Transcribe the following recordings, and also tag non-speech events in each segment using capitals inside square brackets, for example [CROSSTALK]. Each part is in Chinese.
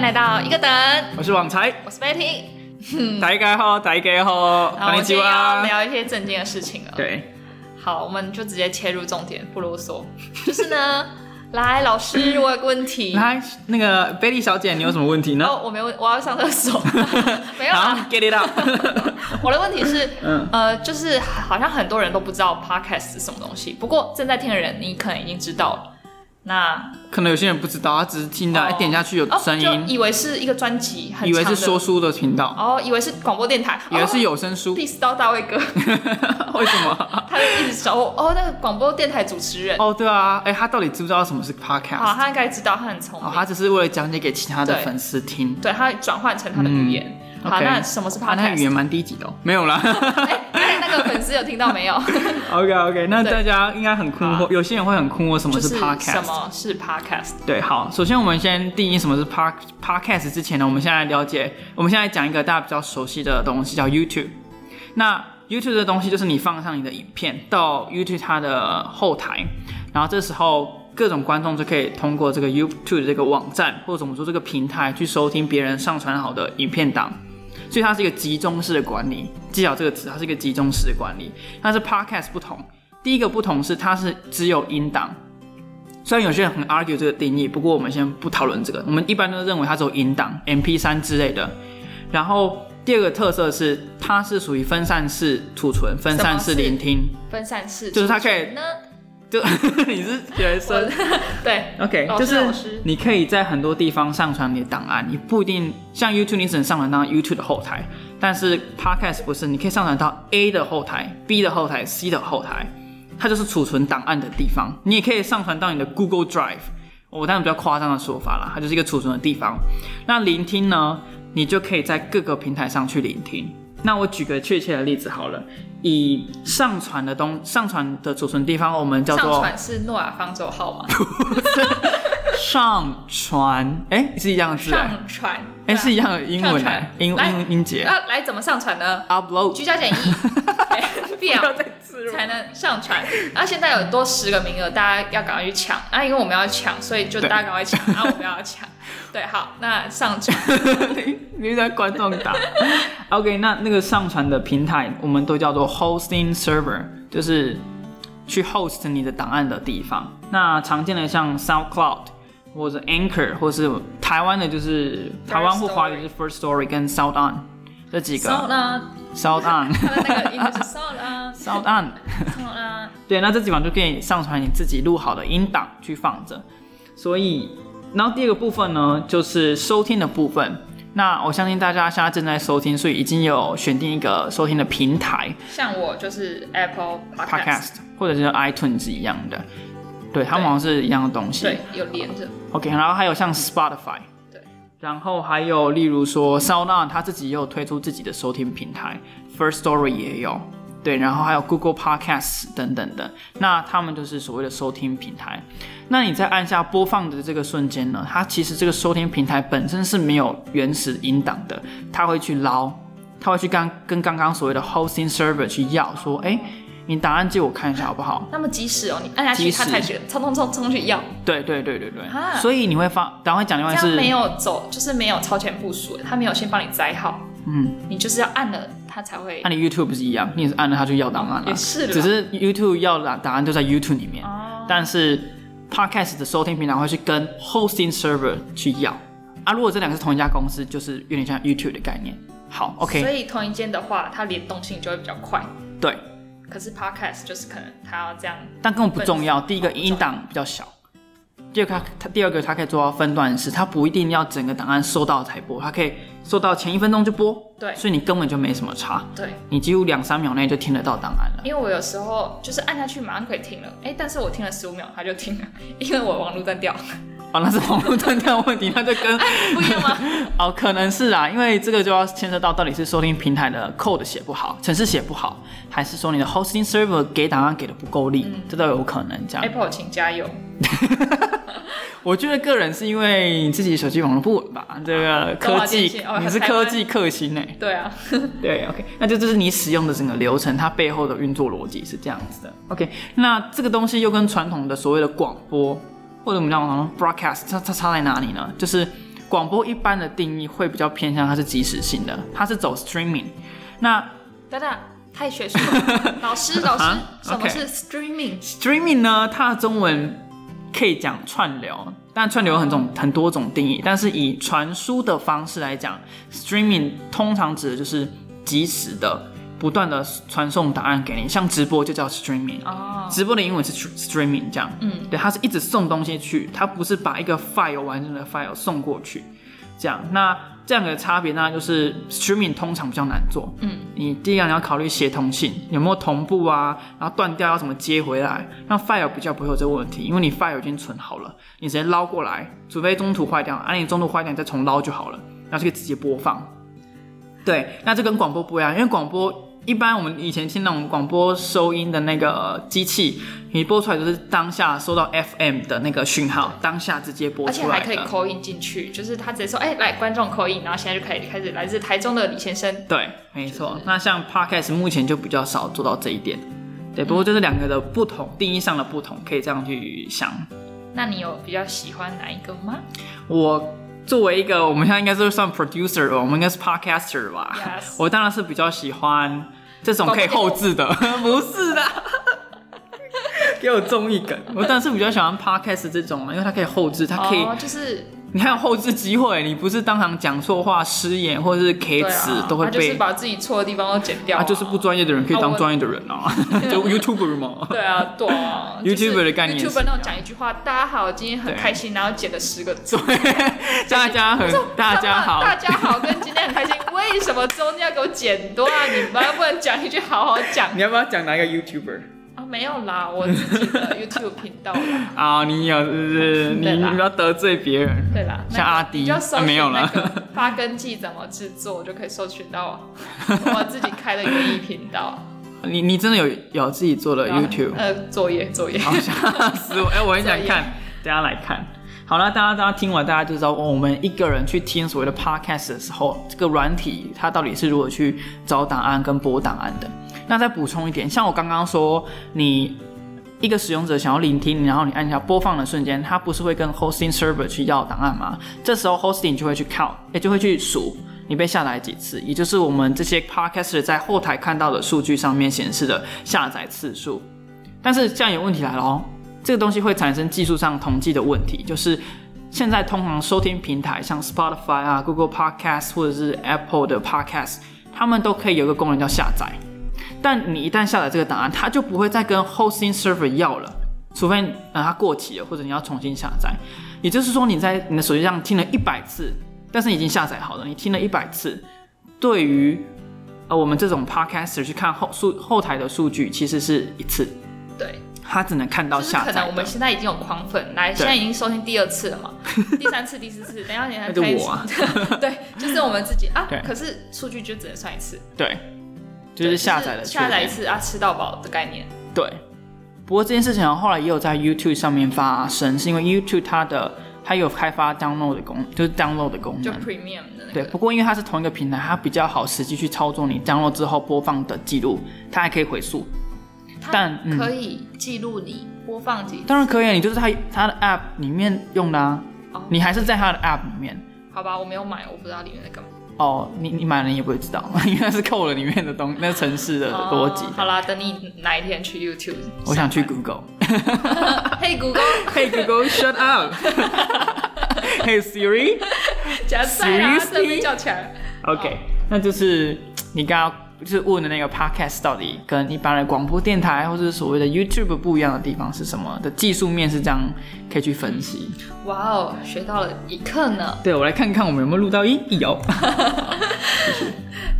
来到一个等，我是网才，我是 Betty。大家好，大家嗯然好，后我哦们今天要聊一些正经的事情了。啊对，好，我们就直接切入重点，不啰嗦。就是呢， [LAUGHS] 来老师，我有个问题。来，那个贝利小姐，你有什么问题呢？哦，我没问，我要上厕 [LAUGHS] 所。没有好啊， ，get it up。我的问题是，嗯呃，就是好像很多人都不知道 podcast 是什么东西，不过正在听的人，你可能已经知道了。那 [LAUGHS] 可能有些人不知道，他只是听到哦哎点下去有哦，声就音，以为是一个专辑，很以为长是的说书的频道，哦，以为是广播电台，以为哦是有声书， diss 到大卫哥，哦 [LAUGHS] 为什么？ [LAUGHS] 他就一直找我哦，那个广播电台主持人，哦，对啊，哎，他到底知不知道什么是好， podcast？他应该知道，他很聪哦，明，他只是为了讲解给其他的啊对粉丝听。对他转换成他的语言。嗯好， OK 那什么是啊，那语 podcast？言蛮低 [LAUGHS] 级的哦，没有啦。 [LAUGHS] 哎，哎那个粉丝有听到没有？ OK OK，那对啊大家应该很困惑，有些人会很困惑什么就是是什 podcast。么是 podcast？对，好，首先我们先定义什么是 park podcast 之前呢，我们先来了解，我们现在讲一个大家比较熟悉的东西，叫 YouTube。那 YouTube 的东西就是你放上你的影片到 YouTube 它的后台，然后这时候各种观众就可以通过这个 YouTube 的这个网站或者我们说这个平台去收听别人上传好的影片档。所以它是一个集中式的管理，记好这个词，它是一个集中式的管理。但是 podcast 不同，第一个不同是它是只有音档，虽然有些人很 argue 这个定义，不过我们先不讨论这个。我们一般都认为它只有音档、MP3 之类的。然后第二个特色是，它是属于分散式储存、分散式聆听，分散式就是它可以呢？ [LAUGHS] 就 [LAUGHS] 你是学我生对， ，OK，老就师是老师你可以在很多地方上传你的档案，你不一定像 YouTube，你只能上传到 YouTube 的后台，但是 Podcast 不是，你可以上传到 A 的后台、B 的后台、C 的后台，它就是储存档案的地方。你也可以上传到你的 Google Drive，我当然比较夸张的说法啦，它就是一个储存的地方。那聆听呢，你就可以在各个平台上去聆听。那我举个确切的例子好了，以上传的东上传的储存地方，我们叫上做传是诺亚方舟 [LAUGHS] 号码，上传，哎、是一样的字哎、上传哎、是一样的英文上哎传，英来英啊英节那来怎么上传呢？ upload， [LAUGHS] 居家简易哎啊不表再自才能上传。然后现在有多十个名额，大家要赶快去抢。啊，因为我们要抢，所以就对大家赶快抢。然后我们要 [LAUGHS] 抢。对，好，那上传 [LAUGHS] 你在观众打。OK，那那个上传的平台我们都叫做 hosting server，就是去 host 你的档案的地方。那常见的像 SoundCloud 或者 Anchor，或是台湾的就是台湾或华语就是 First Story 跟 Sound On 这几上个啦，[LAUGHS] Sound On 他的那个音就是上啦， Sound On。上啦。对，那这地方就可以上传你自己录好的音档去放着。所以，然后第二个部分呢，就是收听的部分。那我相信大家现在正在收听，所以已经有选定一个收听的平台像我就是 Apple Podcast， ，Podcast 或者是 iTunes 一样的，对，它们好像是一样的东西。对，有连着。 OK，然后还有像 Spotify，对，然后还有例如说 SoundOn，它自己也有推出自己的收听平台，First Story 也有，对，然后还有 Google Podcasts 等等的，那他们就是所谓的收听平台。那你在按下播放的这个瞬间呢，它其实这个收听平台本身是没有原始音档的，它会去捞，它会去刚跟刚刚所谓的 hosting server 去要说，哎，你档案借我看一下好不好？那么即使哦，你按下去，即使它才去冲冲冲冲去要，对对对对对啊，所以你会发，等一下会讲另这外样是没有走，就是没有超前部署，它没有先帮你摘好，嗯。你就是要按了它才会那。你 YouTube 不是一样，你也是按了它就要档案了，也是啦只是 YouTube 要档档案就在 YouTube 里面，哦但是 Podcast 的收听平台会去跟 Hosting Server 去要啊。如果这两个是同一家公司，就是有点像 YouTube 的概念。好所，OK，以同一间的话，它联动性就会比较快。对，可是 podcast 就是可能它要这样但根本不重要。第一个哦不重要音档比较小，第二个它它第二个它可以做到分段式，它不一定要整个档案收到才播，它可以收到前一分钟就播，对所以你根本就没什么差，对，你几乎两三秒内就听得到档案了。因为我有时候就是按下去马上就可以停了，哎，但是我听了十五秒它就停了， [LAUGHS] 因为我网络断掉，哦，那是网络断掉问题，那就跟 [LAUGHS] 不一样吗？ [LAUGHS] 哦，可能是啊，因为这个就要牵涉到到底是收听平台的 code 写不好，程式写不好，还是说你的 hosting server 给档案给的不够力，嗯这都有可能这哎样。 [LAUGHS] Apple 请加油，我觉得个人是因为自己手机网络不稳吧，这个科电技信哦你是台湾科技克星哎、对啊， [LAUGHS] 对，OK，那就就是你使用的整个流程，它背后的运作逻辑是这样子的。OK，那这个东西又跟传统的所谓的广播或者我们讲什么 broadcast，它它差在哪里呢？就是广播一般的定义会比较偏向它是即时性的，它是走 streaming。那等等，太学术了。老师，老师 [LAUGHS] 啊，什么 OK 是 streaming？ streaming 呢，它的中文可以讲串流，但串流有很嗯种很多种定义，但是以传输的方式来讲，streaming 通常指的就是即时的。不断的传送档案给你，像直播就叫 streaming，哦，直播的英文是 tr- streaming 这样，嗯，对，它是一直送东西去，它不是把一个 file 完整的 file 送过去，这样。那这样的差别呢，就是 streaming 通常比较难做，嗯，你第一个你要考虑协同性有没有同步啊，然后断掉要怎么接回来，那 file 比较不会有这个问题，因为你 file 已经存好了，你直接捞过来，除非中途坏掉，啊，你中途坏掉你再重捞就好了，然后就可以直接播放。对，那这跟广播不一样，因为广播一般我们以前听那种广播收音的那个机器，你播出来就是当下收到 FM 的那个讯号，当下直接播而且出来还的。可以扣印进去，就是他直接说，哎、来观众扣印，然后现在就可以开始来自台中的李先生。对，没错。那像 podcast 目前就比较少做到这一点。嗯对，不过就是两个的不同，定义上的不同，可以这样去想。那你有比较喜欢哪一个吗我作为一个，我们现在应该是算 producer 吧，我们应该是 podcaster 吧。 Yes [LAUGHS] 我当然是比较喜欢这种可以后 [LAUGHS] 置的，不是的。 [LAUGHS] 给我中一梗，我当然是比较喜欢 podcast 这种了，啊因为它可以后置，它可以，哦，就是你还有后置机会，你不是当场讲错话、失言或者是 K 对词、啊，都会他就是被，把自己错的地方都剪掉、啊，就是不。专业的人可以啊当我专业的人 [LAUGHS] 啊，就 YouTuber [LAUGHS] 嘛。对啊，对啊 YouTuber 的概念也是 YouTube 那种讲一句话，大家好，今天很对开心，然后剪了十个字。对，大家很，大家 [LAUGHS] 好，大家好，跟今天很开心。为什么中间要给我剪断？你们不能讲一句好好讲你要不要讲哪一个 YouTuber？啊？没有啦，我自己的 YouTube 频道啦。啊、你有是不是？你对你啦不要得罪别人。对 [LAUGHS] 啦，那像阿迪你就搜啊寻没有那啦个发根记怎么制作，就可以搜寻到我自己开的园艺频道。你你真的有有自己做的对啊 [LAUGHS] YouTube？呃，作业作业。好吓死我！哎、我很想这看，大家来看。好了，大家大家听完，大家就知道、哦我们一个人去听所谓的 podcast 的时候，这个软体它到底是如何去找档案跟播档案的。那再补充一点，像我刚刚说，你一个使用者想要聆听，然后你按下播放的瞬间，它不是会跟 hosting server 去要档案吗？这时候 hosting 就会去 count，也就会去数你被下载几次，也就是我们这些 podcaster 在后台看到的数据上面显示的下载次数。但是这样有问题来了哦，这个东西会产生技术上统计的问题，就是现在通常收听平台像 Spotify 啊、Google Podcast 或者是 Apple 的 Podcast，他们都可以有一个功能叫下载，但你一旦下载这个档案，它就不会再跟 hosting server 要了，除非呃它过期了，或者你要重新下载。也就是说，你在你的手机上听了一百次，但是你已经下载好了，你听了一百次，对于呃我们这种 podcaster 去看后数后台的数据，其实是一次。 [LAUGHS] 对，他只能看到就是下可载的。能我们现在已经有狂粉来，现在已经收听第二次 [LAUGHS] 了嘛，第三次、第四次，等一下你那还就开始我啊， [LAUGHS] 对，就是我们自己啊对。可是数据就只能算一次，对，就是下载的就缺是点下载一次啊，吃到饱的概念。对。不过这件事情后来也有在 YouTube 上面发生，是因为 YouTube 它的它有开发 download 的功，就是 download 的功就能。 premium 的那嗯对，个。不过因为它是同一个平台，它比较好实际去操作你 download 之后播放的记录，它还可以回溯。它但嗯可以记录你播放几当然可以啊，你就是它它的 App 里面用的啊，哦你还是在它的 App 里面。好吧，我没有买，我不知道里面在干嘛。哦，你你买了你也不会知道， [LAUGHS] 因为是扣了里面的东那个城市的逻辑哦。好啦，等你哪一天去 YouTube，[LAUGHS] 我想去上 Google。班。嘿 Google， Hey Google, shut up. [LAUGHS] hey Siri. 假赛啦， Seriously？这边叫起来。 OK，、那就是你刚刚就是问的那个 podcast 到底跟一般的广播电台或者是所谓的 YouTube 不一样的地方是什么的技术面是这样可以去分析。哇哦，学到了一课呢。对我来看看我们有没有录到哦音，有。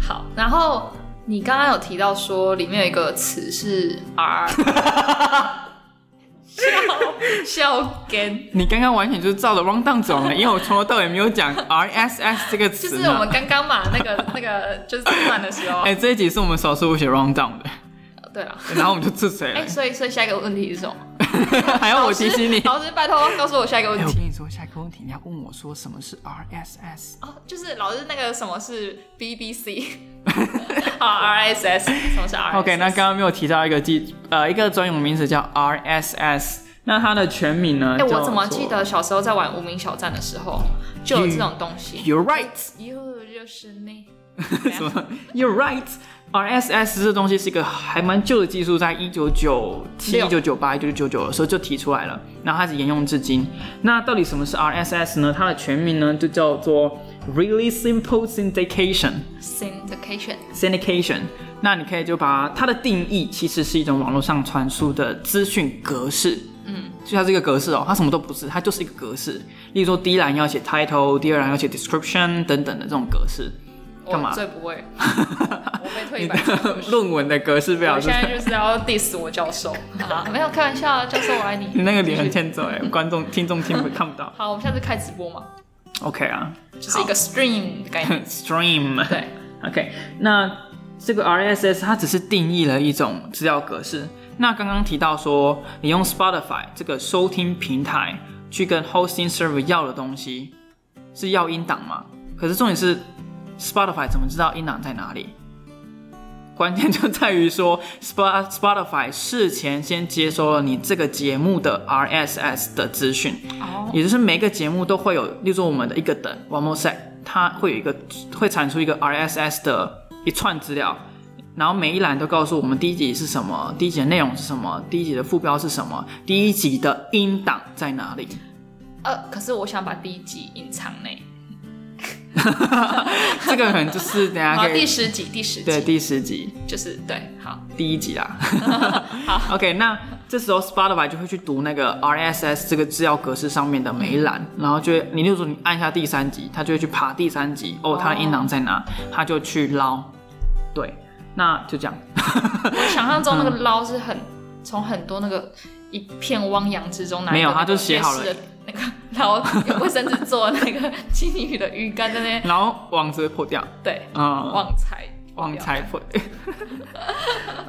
好，然后你刚刚有提到说里面有一个词是 [LAUGHS] R，笑笑跟， [LAUGHS] 你刚刚完全就是照着 round down 走了，因为我从头到尾没有讲 RSS 这个就词是呢。我们刚刚嘛那个那个就是吃饭的时候哎、。这一集是我们少数写 round down 的，对了，然后我们就自水了哎，，所以所以下一个问题是什么？ [LAUGHS] 还要我提醒你。老师，老师拜托告诉我下一个问哎、题我。跟你说，下一个问题你要问我说什么是 RSS。哦，就是老师那个什么是 BBC，好 RSS，什么是 RSS？ OK，那刚刚没有提到一个记呃一个专有名词叫 RSS，那它的全名呢？哎、叫我怎么做记得小时候在玩无名小站的时候就有这种东西？You're right， [LAUGHS] ？You 就是你，什么？You're right，RSS 这东西是一个还蛮旧的技术，在一九九七、六一九九八、一九九九的时候就提出来了，然后它一直沿用至今。那到底什么是 RSS 呢？它的全名呢就叫做 Really Simple Syndication。 syndication syndication。那你可以就把它的定义其实是一种网络上传输的资讯格式。嗯，所以它是一个格式哦，它什么都不是，它就是一个格式。例如说，第一栏要写 title，第二栏要写 description 等等的这种格式。干嘛我最不会，我被退一 [LAUGHS] 你百分的论文的格式表我是现在就是要 diss 我教授啊，没有开玩笑，教授我爱你。 [LAUGHS] [LAUGHS] 你那个脸很继续欠揍哎，观众听众听不看不到。好，我们下次开直播嘛， OK 啊， [LAUGHS] 就是一个 stream 的概念。 stream。对， OK，那这个 RSS 它只是定义了一种资料格式。那刚刚提到说，你用 Spotify 这个收听平台去跟 hosting server 要的东西是要音档嘛？可是重点是 Spotify 怎么知道音档在哪里？关键就在于说，Spot Spotify 事前先接收了你这个节目的 RSS 的资讯，哦，也就是每个节目都会有，例如说我们的一个等 one more sec，它会有一个会产出一个 RSS 的一串资料，然后每一栏都告诉我们第一集是什么，第一集的内容是什么，第一集的副标是什么，第一集的音档在哪里。呃，可是我想把第一集隐藏呢。这个可能就是等一下好，可第以十集，第十对集，第十集。就是对，好，第一集啦。 [LAUGHS] 好，OK，那这时候 Spotify 就会去读那个 RSS 这个资料格式上面的每一栏，然后就会你例如说你按下第三集，它就会去爬第三集，哦，它的音档在哪，它就去捞。对，那就这样。我想象中那个捞是很从很多那个一片汪洋之中拿一个 [LAUGHS] 没有那个他就写好了电视的那个，然后用卫生纸做那个 [LAUGHS] 金鱼的鱼竿在那边，然后网子会破掉， [LAUGHS] 对，嗯，旺财，旺财破。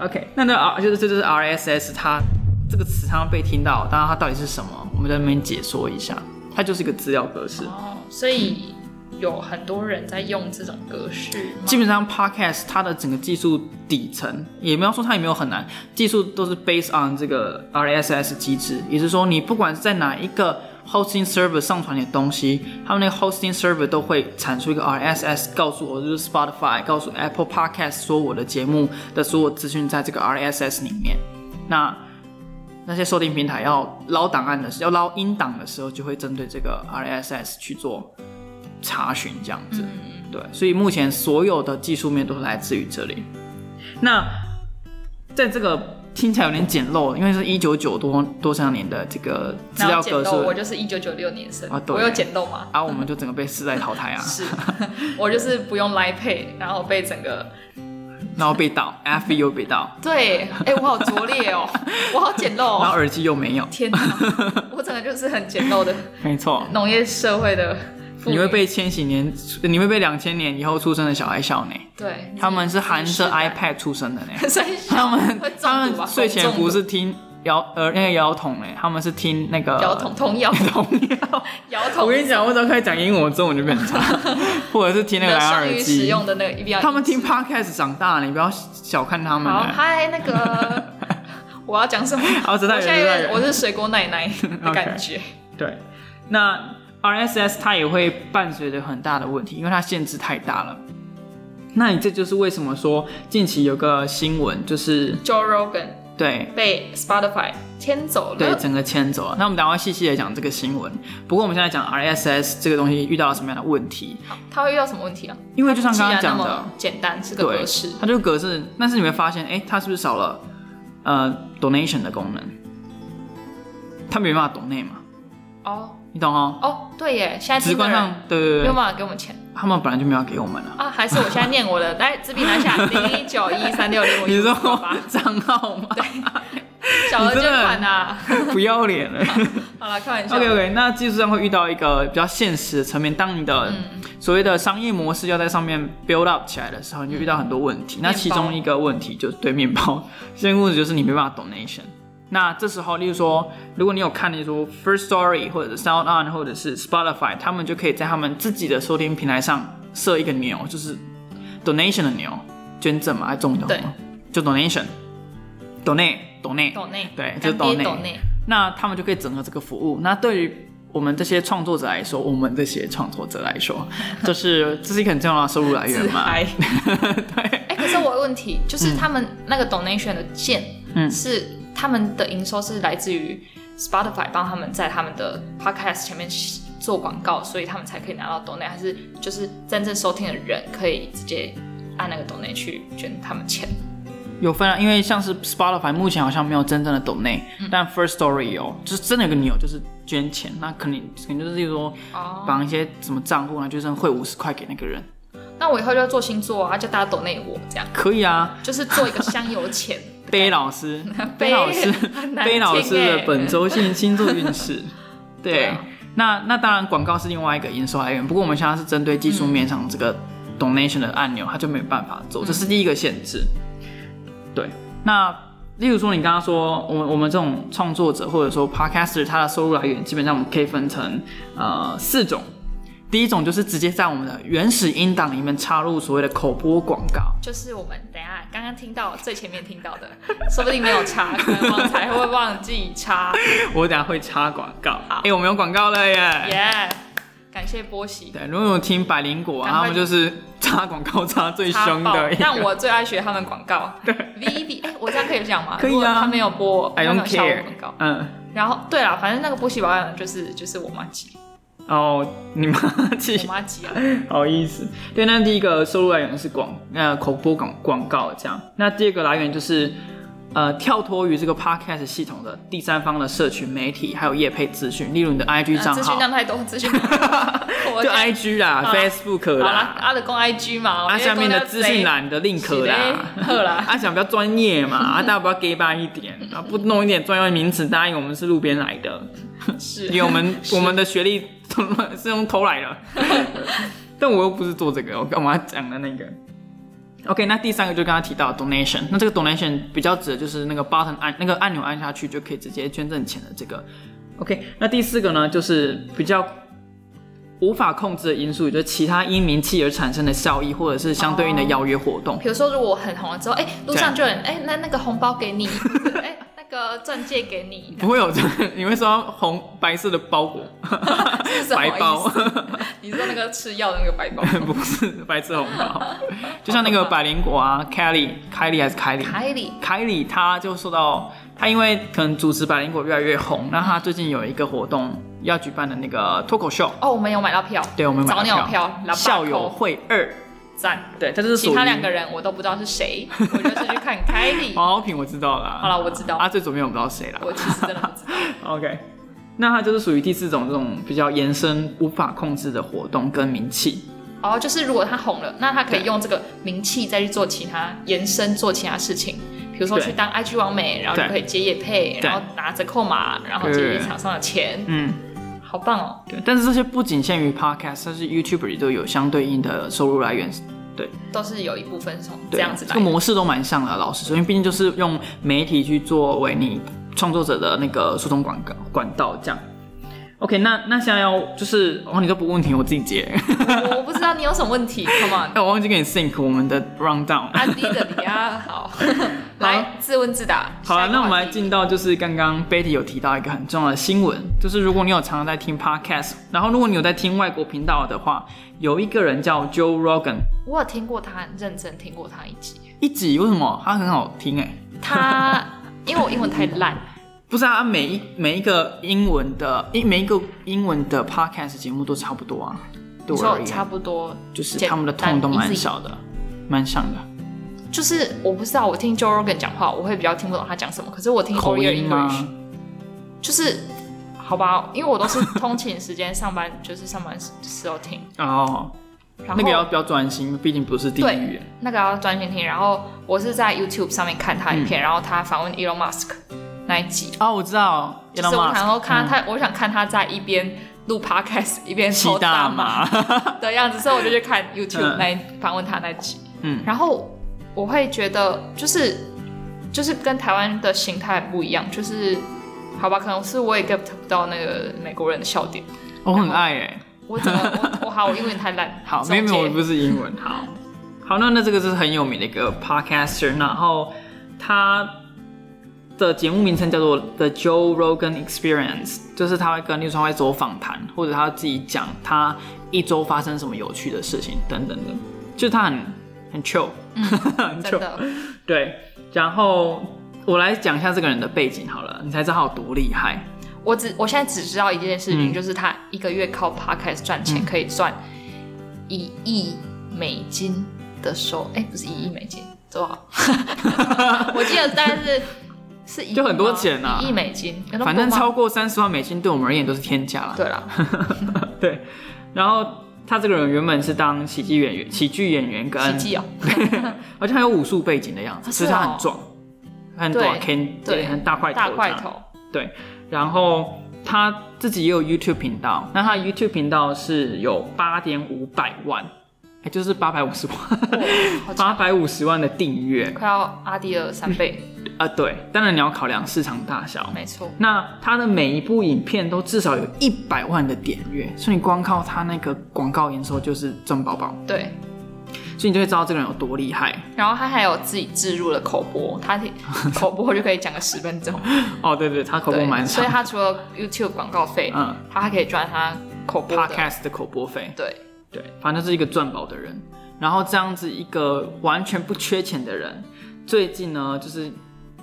OK，那那 R 就是这就是 RSS 它这个词常常被听到，当然它到底是什么，我们在那边解说一下。它就是一个资料格式。哦，所以有很多人在用这种格式吗，基本上 podcast 它的整个技术底层，也没有说它也没有很难，技术都是 based on 这个 RSS 机制，也就是说你不管是在哪一个 hosting server 上传你的东西，他们那个 hosting server 都会产出一个 RSS 告诉我，就是 Spotify 告诉 Apple Podcast 说我的节目的所有资讯在这个 RSS 里面。那那些收听平台要捞档案的时候，要捞音档的时候，就会针对这个 RSS 去做查询，这样子。嗯对，所以目前所有的技术面都是来自于这里。那在这个听起来有点简陋，因为是一九九多多少年的这个资然料后简格陋，我式，就是一九九六年生啊，对我有简陋吗？啊，我们就整个被世代淘汰啊， [LAUGHS] 是，我就是不用来配，然后被整 [LAUGHS] 个然后被盗，F 又被盗，对，哎、我好拙劣 [LAUGHS] 哦，我好简陋、然哦，后耳机又没有，天哪， [LAUGHS] 我整个就是很简陋的没错，农业社会的妇女你会被千禧年，你会被两千年以后出生的小孩笑呢，对，他们是含着时代 iPad 出 [LAUGHS] 生的呢。所以他们会他中毒吧们睡前中毒不是听摇呃那个摇筒哎，他们是听那个摇筒童谣， [LAUGHS] 童谣。摇 [LAUGHS] 我筒跟你讲，我只要开始讲英文，我中文就变 [LAUGHS] 差，或者是听那个的蓝牙双耳语使机。用的那个一定要他们听 podcast 长大，你不要小看他们好哎。嗨那个 [LAUGHS] 我要讲什么？好，知道我有现在有知点道我有。是水果奶奶 [LAUGHS] 的感觉，对，那 RSS 它也会伴随着很大的问题，因为它限制太大了。那你这就是为什么说近期有个新闻，就是 Joe Rogan 对被 Spotify 牵走对，了，整个牵走了。那我们等一下会细细的讲这个新闻。不过我们现在讲 RSS 这个东西遇到了什么样的问题？他会遇到什么问题啊？因为就像既刚然刚那讲的么，简单，是个对格式，，它就是格式。但是你会发现，哎、它是不是少了呃 donation 的功能？它没办法 donate 嘛，哦你懂哦？哦，对耶，现在直听的观人上，对对没对有对，办法给我们钱他们本来就没有给我们了。啊，还是我现在念我 [LAUGHS] 的，来，纸笔拿下，零一九一三六零五你一说八，账号吗？小额你捐真的款呐。 [LAUGHS] 不要脸了。好了，开玩笑。 OK OK，那技术上会遇到一个比较现实的层面，当你嗯的所谓的商业模式要在上面 build up 起来的时候，你就遇到很多问嗯题。那其中一个问题就是对面包， [LAUGHS] 这个问题就是你没办法 donation。那这时候，例如说，如果你有看，例如说 First Story 或者是 Sound On 或者是 Spotify，他们就可以在他们自己的收听平台上设一个钮，就是 donation 的钮，捐赠嘛，还是中奖对嘛，就 donation，donate donate。抖内，对干就抖内爹抖内，那他们就可以整合这个服务。那对于我们这些创作者来说，我们这些创作者来说，就是这是一个很重要的收入来源自嘛。 [LAUGHS] 嗨。对，哎、可是我有问题，就是他们那个 donation 的线，嗯是他们的营收是来自于 Spotify 帮他们在他们的 podcast 前面做广告，所以他们才可以拿到 donate，还是就是真正收听的人可以直接按那个 donate 去捐他们钱？有分啊，因为像是 Spotify 目前好像没有真正的 donate，、但 First Story 有，就是真的有个钮，就是捐钱，那肯定肯定就是例如说哦绑一些什么账户啊，然后就是汇五十块给那个人，那我以后就要做星座啊，叫大家 donate 我这样，可以啊。就是做一个香油 [LAUGHS] 钱。贝老 [LAUGHS] 师，贝老师 [LAUGHS] 很，难贝老师听的欸本周性星座 [LAUGHS] 运势，对，对啊那那当然广告是另外一个营收来源，不过我们现在是针对技术面上这个 donation 的按钮，它就没有办法嗯做，这是第一个限制。对，那例如说你刚刚说，我们我们这种创作者或者说 podcaster，它的收入来源基本上我们可以分成呃四种，第一种就是直接在我们的原始音档里面插入所谓的口播广告。就是我们等一下刚刚听到最前面听到的， [LAUGHS] 说不定没有查，可能忘才会忘记查。我等下会插广告。好哎、我们有广告了耶！耶、感谢波喜。对，如果有听百灵果啊，赶他快们就是插广告插最插凶爆的一 [LAUGHS] 个。但我最爱学他们广告。对，V V，哎、我这样可以讲吗？可以啊如果他没有播我， I 他没 don't 有下我哎 care 广告。。嗯，然后，对了，反正那个波喜保养就是就是我妈 [LAUGHS] 鸡，哦，你妈我气，妈鸡啊。好意思。 [LAUGHS] 对，那第一个收入来源是广呃口播广广告这样。那第二个来源就是呃跳脱于这个 podcast 系统的第三方的社群媒体，还有业配资讯，例如你的 IG 账呃资讯号，量太多，资 [LAUGHS] 讯量太多我就这样 IG 啦、啊 Facebook 好啦啦，，阿的公 I G 嘛，我啊觉得下面的公司资讯栏的 link 啦。是的好啦，啊，想比较专业嘛，啊，大家不要 gay 吧一点，啊，不弄一点专业名词，答应我们是路边来的，是因为我们我们的学历是用偷来的，但我又不是做这个，我干嘛讲的那个？OK，那第三个就刚刚提到的 donation，那这个 donation 比较指的就是那个 button 按那个按钮按下去就可以直接捐赠钱的这个。OK，那第四个呢，就是比较无法控制的因素，也就是其他因名气而产生的效益，或者是相对应的邀约活动。比如说，如果我很红了之后，哎、路上就有人，哎、那那个红包 [LAUGHS] 给你，哎、那个钻戒给你，不会有这个， [LAUGHS] 你会收到红白色的包 [LAUGHS] 裹，是什么白意思包，你说那个吃药的那个白包， [LAUGHS] 不是白色红包，就像那个百灵果啊，Kelly，凯莉还是凯莉，凯里凯莉她就受到她因为可能主持百灵果越来越红，那她最近有一个活动要举办的那个脱口秀，哦，我们有买到票，对我们有买早到鸟票，票，喇叭校友口会二，赞。对，它就是属其于他两个人我都不知道是 [LAUGHS] 谁，我就是去看凯里。黄豪平我知道啦，好了我知道啊最左边我不知道谁啦我其实真的不知道。 [LAUGHS] ，OK。那它就是属于第四种这种比较延伸无法控制的活动跟名气，哦，就是如果他红了，那他可以用这个名气再去做其他延伸，做其他事情，比如说对去当 IG 网美，然后对就可以接业配，对然后拿折扣码，然后对接厂商的钱，嗯，好棒哦！对，但是这些不仅限于 podcast，它是 YouTube 里都有相对应的收入来源。都是有一部分是从这对样子来这个的。模式都蛮像的啊，老实说，因为毕竟就是用媒体去作为你创作者的那个诉讼管管道这样。OK，那那现在要就是哦，你都不问题，我自己接。 [LAUGHS] 我 [LAUGHS] 我不知道你有什么问题，Come on，那我忘记给你 sync 我们的 round down。 [LAUGHS] 安迪的你啊，好，来自问自答。好了、下一个那我们话来题进到就是刚刚 Betty 有提到一个很重要的新闻，就是如果你有常常在听 podcast，然后如果你有在听外国频道的话，有一个人叫 Joe Rogan，我有听过他，认真听过他一集。一集为什么他很好听哎、他因为我英文太烂，不是啊，每一每一个英文的一每一个英文的 podcast 节目都差不多啊， [LAUGHS] 对我而就差言，不多，就是简他们的痛都蛮单少的，蛮像的。就是我不知道，我听 Joe Rogan 讲话，我会比较听不懂他讲什么。可是我听 o 口 r i a 音啊 English，吗？就是好吧，因为我都是通勤时间上班，就是上班时时候听，哦，然后那个要比较专心，毕竟不是第一语言。那个要专心听。然后我是在 YouTube 上面看他影嗯片，然后他访问 Elon Musk 那一集，哦，我知道，就 Elon 是我 Musk，想说看嗯他，我想看他在一边录 [LAUGHS] Podcast 一边抽吸大麻 [LAUGHS] 麻，的样子，所以我就去看 YouTube [LAUGHS] 嗯那一访问他那集，嗯然后我会觉得就是就是跟台湾的形态不一样，就是好吧，可能是我也 get 不到那个美国人的笑点，我很爱哎、我怎么我我好，我英文太烂， [LAUGHS] 好，总没有没有，结我不是英文。好，好，那那这个就是很有名的一个 podcaster，然后他的节目名称叫做 The Joe Rogan Experience，就是他会跟例如说他会走访谈，或者他自己讲他一周发生什么有趣的事情等等的，就是他很很 chill，、很 [LAUGHS] chill 嗯真。的，对，然后我来讲一下这个人的背景好了，你才知道他有多厉害。我只我现在只知道一件事嗯情，就是他一个月靠 podcast 赚钱可以赚一亿美金的收，哎、不是一亿美金，多少？ [LAUGHS] 我记得大概是是一亿就很多吗钱啊一亿美金，有那么反正多吗超过三十万美金对我们而言都是天价了。对啦，对，然后他这个人原本是当喜剧演员、喜剧演员跟奇迹哦， [LAUGHS] 而且还有武术背景的样子，啊所是以哦他很壮，很对短 can 对很大块头这大样，块头，然后他自己也有 YouTube 频道，那他的 YouTube 频道是有八点五百万，哎，就是八百五十万，哇好强八百五十万的订阅快要阿迪的三倍， [LAUGHS] 啊、对，当然你要考量市场大小。没错，那他的每一部影片都至少有一百万的点阅，所以你光靠他那个广告营收就是赚饱饱，对。所以你就会知道这个人有多厉害。然后他还有自己置入了口播，他 [LAUGHS] 口播就可以讲个十分钟，哦，对对，他口播对蛮所以长，他除了 YouTube 广告费，嗯他还可以赚他口播的， ，podcast 的口播费，对，对，反正就是一个赚饱的人。然后这样子一个完全不缺钱的人，最近呢，就是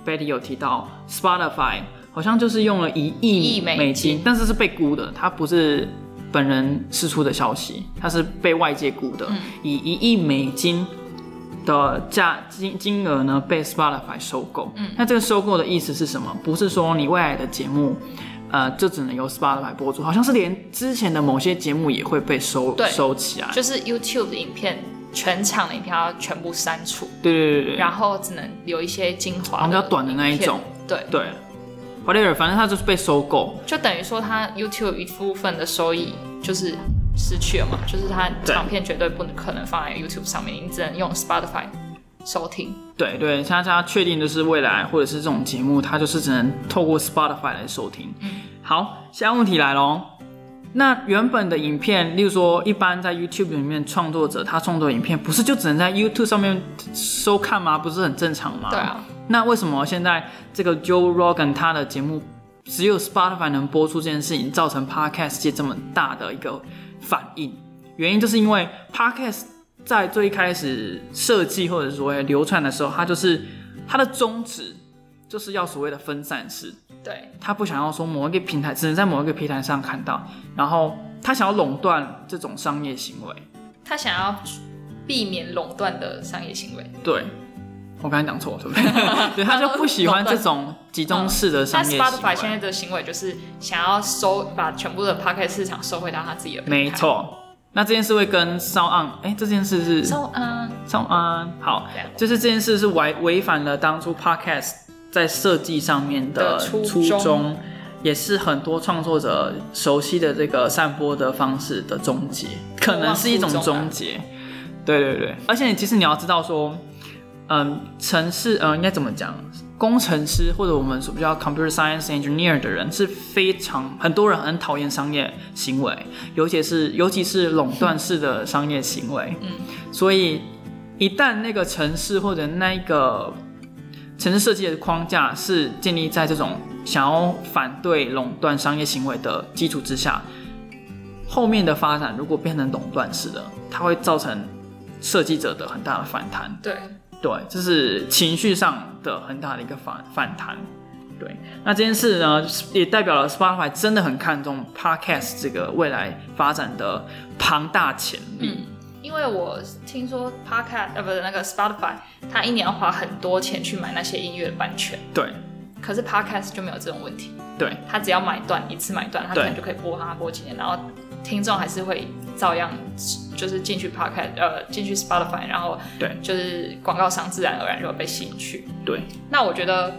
Betty 有提到 Spotify 好像就是用了一一亿亿美美金金，但是是被估的，他不是本人释出的消息，他是被外界估的，嗯以一亿美金。的价金金额呢被 Spotify 收购，嗯，那这个收购的意思是什么？不是说你未来的节目呃，就只能由 Spotify 播出，好像是连之前的某些节目也会被收对收起来。就是 YouTube 的影片，全场的影片要全部删除，对对对对，然后只能留一些精华，好像比较短的那一种。。对，对，whatever，反正它就是被收购。就等于说他 YouTube 一部分的收益就是失去了嘛，就是他对唱片绝对不可能放在 YouTube 上面，你只能用 Spotify 收听。对对，现在大家确定就是未来或者是这种节目，它就是只能透过 Spotify 来收听。嗯好，现在问题来喽。那原本的影片，例如说，一般在 YouTube 里面创作者他创作影片，不是就只能在 YouTube 上面收看吗？不是很正常吗？对啊，那为什么现在这个 Joe Rogan 他的节目只有 Spotify 能播出这件事情，造成 Podcast 界这么大的一个反应？原因就是因为 Podcast 在最一开始设计或者所谓流传的时候，它就是它的宗旨就是要所谓的分散式，对，他不想要说某一个平台只能在某一个平台上看到，然后他想要垄断这种商业行为。他想要避免垄断的商业行为，对，我刚才讲错了，对不对？对， [LAUGHS] 他就不喜欢这种集中式的商但业行为。啊 Spotify 现在的行为就是想要收把全部的 Podcast 市场收回到他自己的平台。没错，那这件事会跟上岸，哎、这件事是，so 嗯、上岸，好对啊，就是这件事是违违反了当初 podcast 在设计上面的的初初衷，衷也是很多创作者熟悉的这个散播的方式的终结，可能是一种初衷啊终结。对对对，而且其实你要知道说，嗯，城市，嗯，应该怎么讲？工程师或者我们所比较 computer science engineer 的人是非常很多人很讨厌商业行为，尤其是尤其是垄断式的商业行为。嗯，所以一旦那个城市或者那一个城市设计的框架是建立在这种想要反对垄断商业行为的基础之下，后面的发展如果变成垄断式的，它会造成设计者的很大的反弹。对，对，这是情绪上的很大的一个反反弹。对，那这件事呢，也代表了 Spotify 真的很看重 Podcast 这个未来发展的庞大潜力。因为我听说 Podcast 呃不是那个 Spotify，它一年要花很多钱去买那些音乐的版权，对可是 Podcast 就没有这种问题，对它只要买断一次买断，它对可能就可以播它播几年，然后听众还是会照样就是进去 Podcast 呃进去 Spotify，然后对就是广告商自然而然就会被吸引去。对，那我觉得，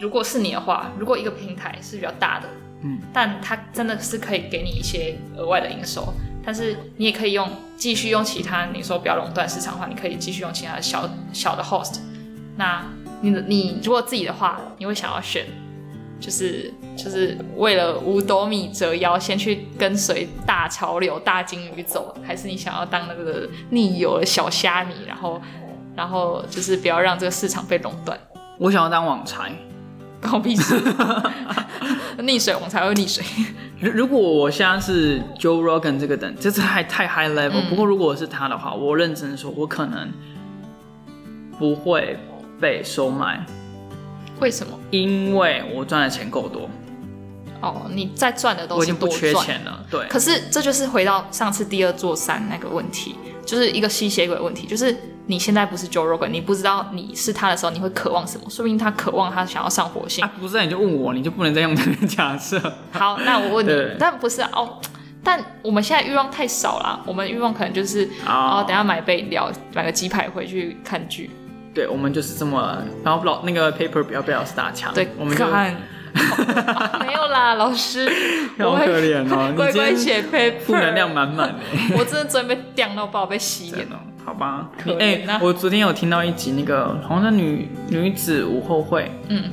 如果是你的话，如果一个平台是比较大的，嗯，但它真的是可以给你一些额外的营收，但是你也可以用继续用其他，你说不要垄断市场的话，你可以继续用其他的小小的 host。那你的你如果自己的话，你会想要选，就是就是为了五斗米折腰，先去跟随大潮流、大金鱼走，还是你想要当那个逆游的小虾米，然后然后就是不要让这个市场被垄断？我想要当网才，关我屁事。 [LAUGHS] 溺水我们才会溺水。 [LAUGHS] 如如果我现在是 Joe Rogan 这个等，这是太太 high level、不嗯过如果我是他的话，我认真说，我可能不会被收买，为什么？因为我赚的钱够多，哦，你在赚的都我已是经不多缺赚。钱了。对，可是这就是回到上次第二座山那个问题，就是一个吸血鬼问题，就是你现在不是 Joe Rogan，你不知道你是他的时候，你会渴望什么？说不定他渴望他想要上火星啊。，不是你就问我，你就不能再用这个 [LAUGHS] 假设。好，那我问对你，但不是啊哦，但我们现在欲望太少了，我们欲望可能就是啊哦，等一下买杯饮料，买个鸡排回去看剧。对，我们就是这么，然后老那个 paper 不要被老师打枪，对，啊我们就看。 [LAUGHS] 没有啦，老师， [LAUGHS] 好我会可怜哦 [LAUGHS] 你乖乖今写 paper，负能量满满的。 [LAUGHS] 我真的真被电到爆，被洗脸真。的好吧，可你哎、怜啊我昨天有听到一集那个好像是女女子舞后会，嗯，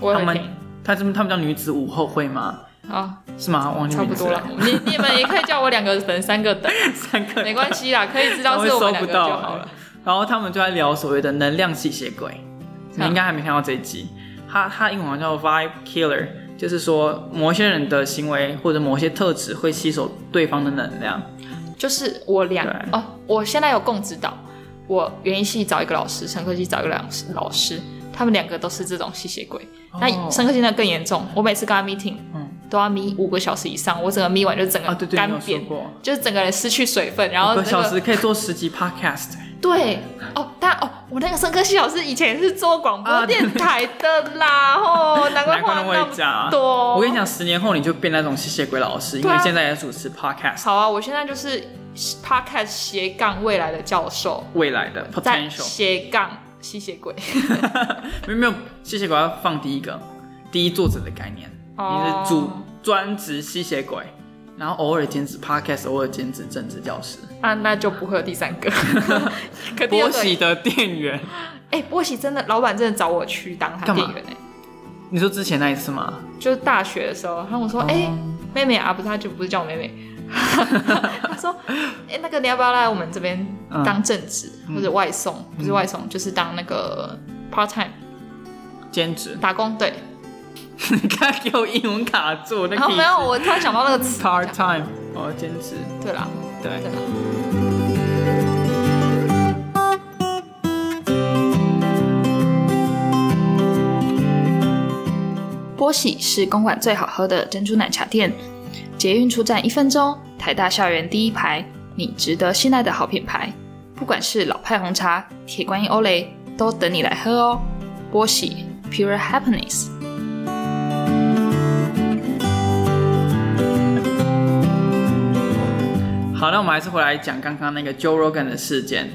我他有们听他们他们叫女子舞后会吗？啊，是吗？忘记差名不字多 [LAUGHS] 了。 [LAUGHS] 你你们也可以叫我两个等，三个等，三个没关系啦，可以知道会是我收们两不个到就好了。然后他们就在聊所谓的能量吸血鬼，你应该还没看到这一集。他他英文好像叫 Vibe Killer，就是说某些人的行为或者某些特质会吸收对方的能量。就是我两对哦，我现在有共指导，我园艺系找一个老师，生科系找一个老师，老师他们两个都是这种吸血鬼。那生科系那更严重，我每次跟他 meeting，哦嗯都要眯五个小时以上，我整个眯完就整啊，个对对，你干有说扁，过，就是整个人失去水分，然后一那个小个时可以做十集 podcast。对哦，但哦，我那个生科系老师以前是做广播电台的啦，哦，难怪啊难怪话那么那会么讲。多。我跟你，讲，十年后你就变那种吸血鬼老师，哦因对为啊现在也主持 podcast，好啊，我现在就是 podcast 斜杠未来的教授，未来的在 potential。斜杠吸血鬼。 [LAUGHS] 没有没有，吸血鬼要放第一个，第一作者的概念，哦你是主专职吸血鬼，然后偶尔兼职 podcast，偶尔兼职政治教师，啊，那就不会有第三 [LAUGHS] 个。可第波二个，喜的店员。哎、波喜真的，老板真的找我去当他干嘛店员呢、欸你说之前那一次吗？就是大学的时候，他跟我哦说，哎、妹妹啊，不是，他就不是叫我妹 [LAUGHS] 妹，他说，哎、那个你要不要来我们这边嗯当正职、或者外送？不是外送，就是当那个 part time，兼职打工。对，你刚给我英文卡住，那然后个没有，我突然想到那个词。 part time 哦，兼职，对啦，对对。啦。波喜是公馆最好喝的珍珠奶茶店，捷运出站一分钟，台大校园第一排，你值得信赖的好品牌。不管是老派红茶、铁观音欧蕾，都等你来喝哦。波喜 Pure Happiness。好，那我们还是回来讲刚刚那个 Joe Rogan 的事件。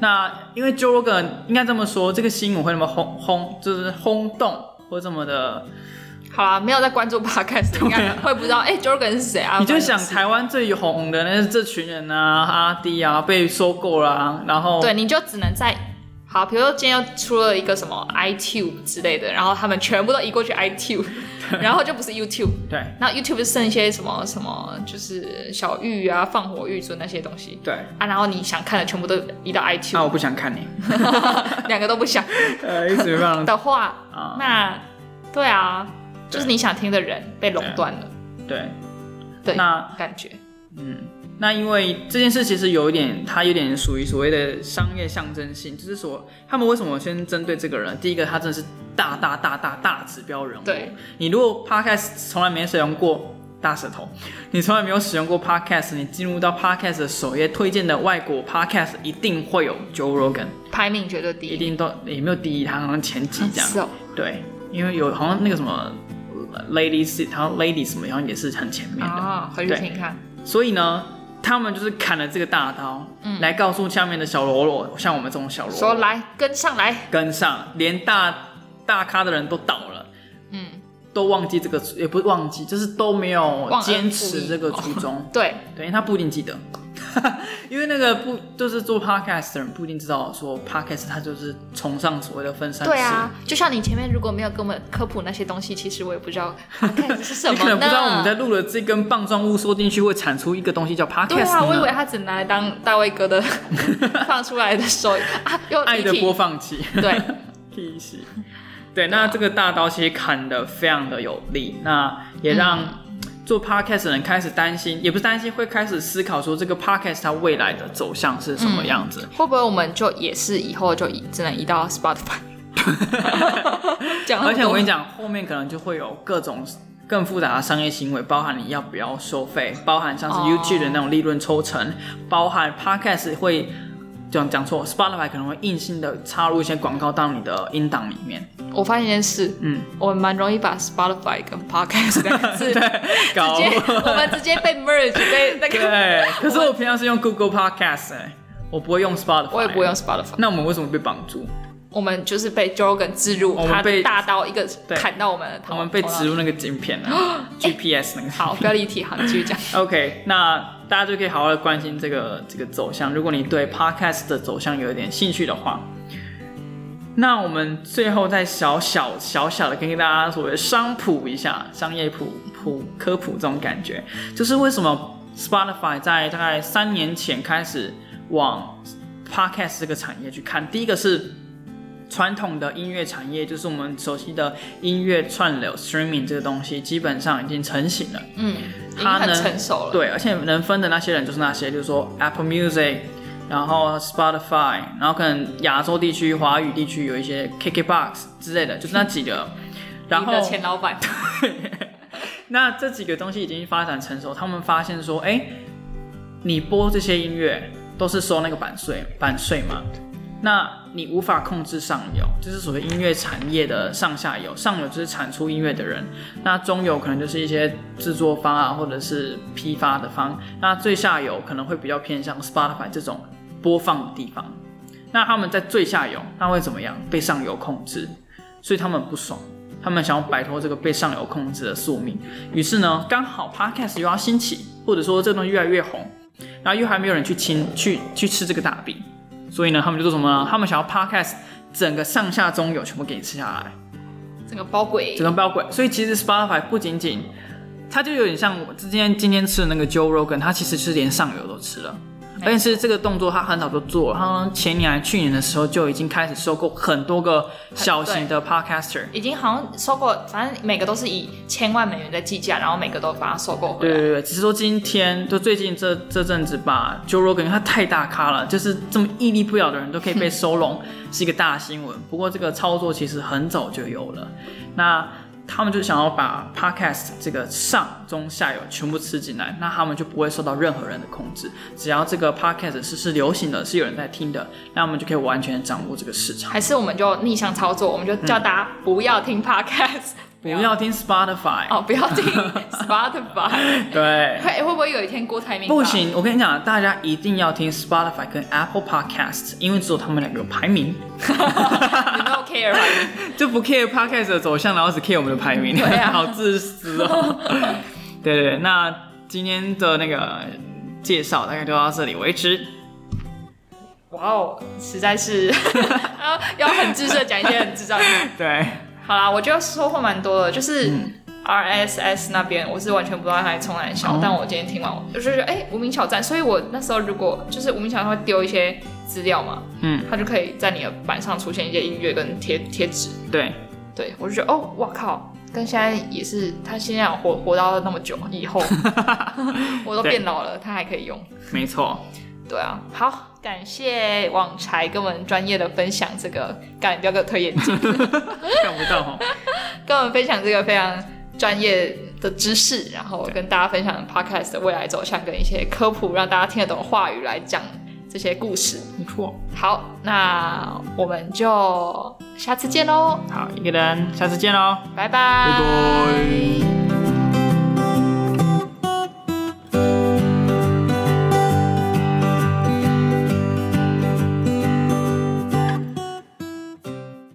那因为 Joe Rogan 应该这么说，这个新闻会那么轰轰，就是轰动或这么的，好啦，没有在关注 podcast，应该会不知道哎、j o r g a n 是谁啊？啊你就关想我什么事台湾最红的那是这群人啊，阿弟啊被收购啦、然后对，你就只能在好，比如说今天又出了一个什么 iTube 之类的，然后他们全部都移过去 [LAUGHS] iTube，然后就不是 YouTube，对那 YouTube 就剩一些什么什么，就是小玉啊、放火玉尊那些东西对，啊，然后你想看的全部都移到那、我 iTube，不想看你，两个都不想 [LAUGHS] 呃，一直放的话， [LAUGHS] 啊，那对啊，就是对你想听的人被垄断了，对，对，那感觉嗯，那因为这件事其实有一点，它有点属于所谓的商业象征性，就是说他们为什么先针对这个人？第一个，他真的是大大大大大指标人物。对，你如果 podcast 从来没使用过大舌头，你从来没有使用过 podcast，你进入到 podcast 的首页推荐的外国 podcast 一定会有 Joe Rogan，排名绝对第一一，定都也没有第一，他好像前几这样。是哦，对，因为有好像那个什么 ladies，好像 lady 什么，好像也是很前面的。啊，回去对听听看，所以呢，他们就是砍了这个大刀，来告诉下面的小喽啰，像我们这种小喽嗯说啰，来跟上来，跟上，连大大咖的人都倒了，嗯，都忘记这个，也不是忘记，就是都没有忘恩负义坚持这个初衷。对，对，因为他不一定记得， [LAUGHS] 因为那个不就是做 podcast 的人不一定知道说 podcast 他就是崇尚所谓的分散式。对啊，就像你前面如果没有跟我们科普那些东西，其实我也不知 [LAUGHS] 道 podcast 是什么你呢。可能不知道我们在录了这根棒状物缩进去会产出一个东西叫 podcast 对啊，呢我以为他只拿来当大卫 [LAUGHS] 哥的放出来的收音啊，用爱的离题 [LAUGHS] 播放器。对，啊屁事 [LAUGHS] 对，那这个大刀其实砍的非常的有力，那也让做 podcast 的人开始担心，也不是担心，会开始思考说这个 podcast 它未来的走向是什嗯么样子。会不会我们就也是以后就移只能移到 [LAUGHS] Spotify？讲那么多而且我跟你讲，后面可能就会有各种更复杂的商业行为，包含你要不要收费，包含像是哦 YouTube 的那种利润抽成，包含 podcast 会讲讲错，Spotify 可能会硬性的插入一些广告到你的音档里面。我发现一件事，嗯，我们蛮容易把 Spotify 跟 Podcast 两个 [LAUGHS] 字直接，搞我们直接 [LAUGHS] 被 merge 被那个，啊对，可是我平常是用 Google Podcast 哎、我不会用 Spotify，欸我也不会用。Spotify，那我们为什么被绑住？我们就是被 Jorgen 植入哦我们他被的大刀一个对砍到我们的头，我们被植入那个晶片 [LAUGHS] 啊，GPS 那个。哦好，不要离题，好，你继续讲。 OK，那大家就可以好好的关心这个这个走向。如果你对 Podcast 的走向有一点兴趣的话，那我们最后再小小小小的跟大家所谓商普一下，商业普普科普这种感觉，就是为什么 Spotify 在大概三年前开始往 Podcast 这个产业去看。第一个是传统的音乐产业，就是我们熟悉的音乐串流 streaming 这个东西，基本上已经成型了。嗯，已经他很能成熟了。对，而且能分的那些人就是那些，就是说 Apple Music，然后 Spotify，然后可能亚洲地区、华语地区有一些 KKBox 之类的，就是那几个。然你后的前老板， [LAUGHS] 那这几个东西已经发展成熟，他们发现说，哎、你播这些音乐都是收那个版税，版税嘛，那你无法控制上游，就是所谓音乐产业的上下游，上游就是产出音乐的人，那中游可能就是一些制作方啊，或者是批发的方，那最下游可能会比较偏向 Spotify 这种播放的地方。那他们在最下游，那会怎么样？被上游控制，所以他们不爽，他们想要摆脱这个被上游控制的宿命。于是呢，刚好 podcast 又要兴起，或者说这东西越来越红，然后又还没有人去亲去去吃这个大饼，所以呢，他们就做什么呢？他们想要 podcast 整个上下中游全部给你吃下来。整个包鬼整，个包鬼。所以其实 Spotify 不仅仅，它就有点像我之前今天吃的那个 Joe Rogan，它其实是连上游都吃了。而且是这个动作，他很早就做了。他前年、还去年的时候就已经开始收购很多个小型的 podcaster。已经好像收购，反正每个都是以千万美元在计价，然后每个都把它收购回对来。对嗯对，只是说今天就最近这这阵子吧，Joe Rogan 他太大咖了，就是这么屹立不摇的人都可以 [LAUGHS] 被收拢，是一个大新闻。不过这个操作其实很早就有了，那他们就想要把 podcast 这个上中下游全部吃进来，那他们就不会受到任何人的控制，只要这个 podcast 是是流行的，是有人在听的，那我们就可以完全掌握这个市场。还是我们就逆向操作，我们就叫大家不要听 [LAUGHS] podcast，不要听 Spotify，、哦，不要 [LAUGHS] 听 Spotify。对。会会不会有一天郭台铭把不？行，我跟你讲，大家一定要听 Spotify 跟 Apple Podcast，因为只有他们两个有排名，你 no care 吧？ [LAUGHS] 就不 care Podcast 的走向，然后只 care 我们的排名，对啊 [LAUGHS] 好自私 [LAUGHS] 哦。对对，对那今天的那个介绍大概就到这里为止。哇哦，实在 [LAUGHS] 是要啊要很智障讲一些很智障的。对，好啦，我觉得收获蛮多的，就是嗯 RSS 那边我是完全不知道它来冲哪里小，哦但我今天听完我就觉得哎、无名小站，所以我那时候如果就是无名小站会丢一些资料嘛，嗯，它就可以在你的板上出现一些音乐跟贴贴纸，对，对我就觉得哦，哇靠，跟现在也是，它现在活活到那么久以 [LAUGHS] 后，我都对变老了，它还可以用，没 [LAUGHS] 错。对啊，好。感谢网柴跟我们专业的分享，这个干你不要给我推眼镜，看不到哦。跟我们分享这个非常专业的知识，然后跟大家分享 podcast 的未来走向跟一些科普，让大家听得懂话语来讲这些故事。没错。好，那我们就下次见喽，好，一个人，下次见喽。哦拜拜，拜拜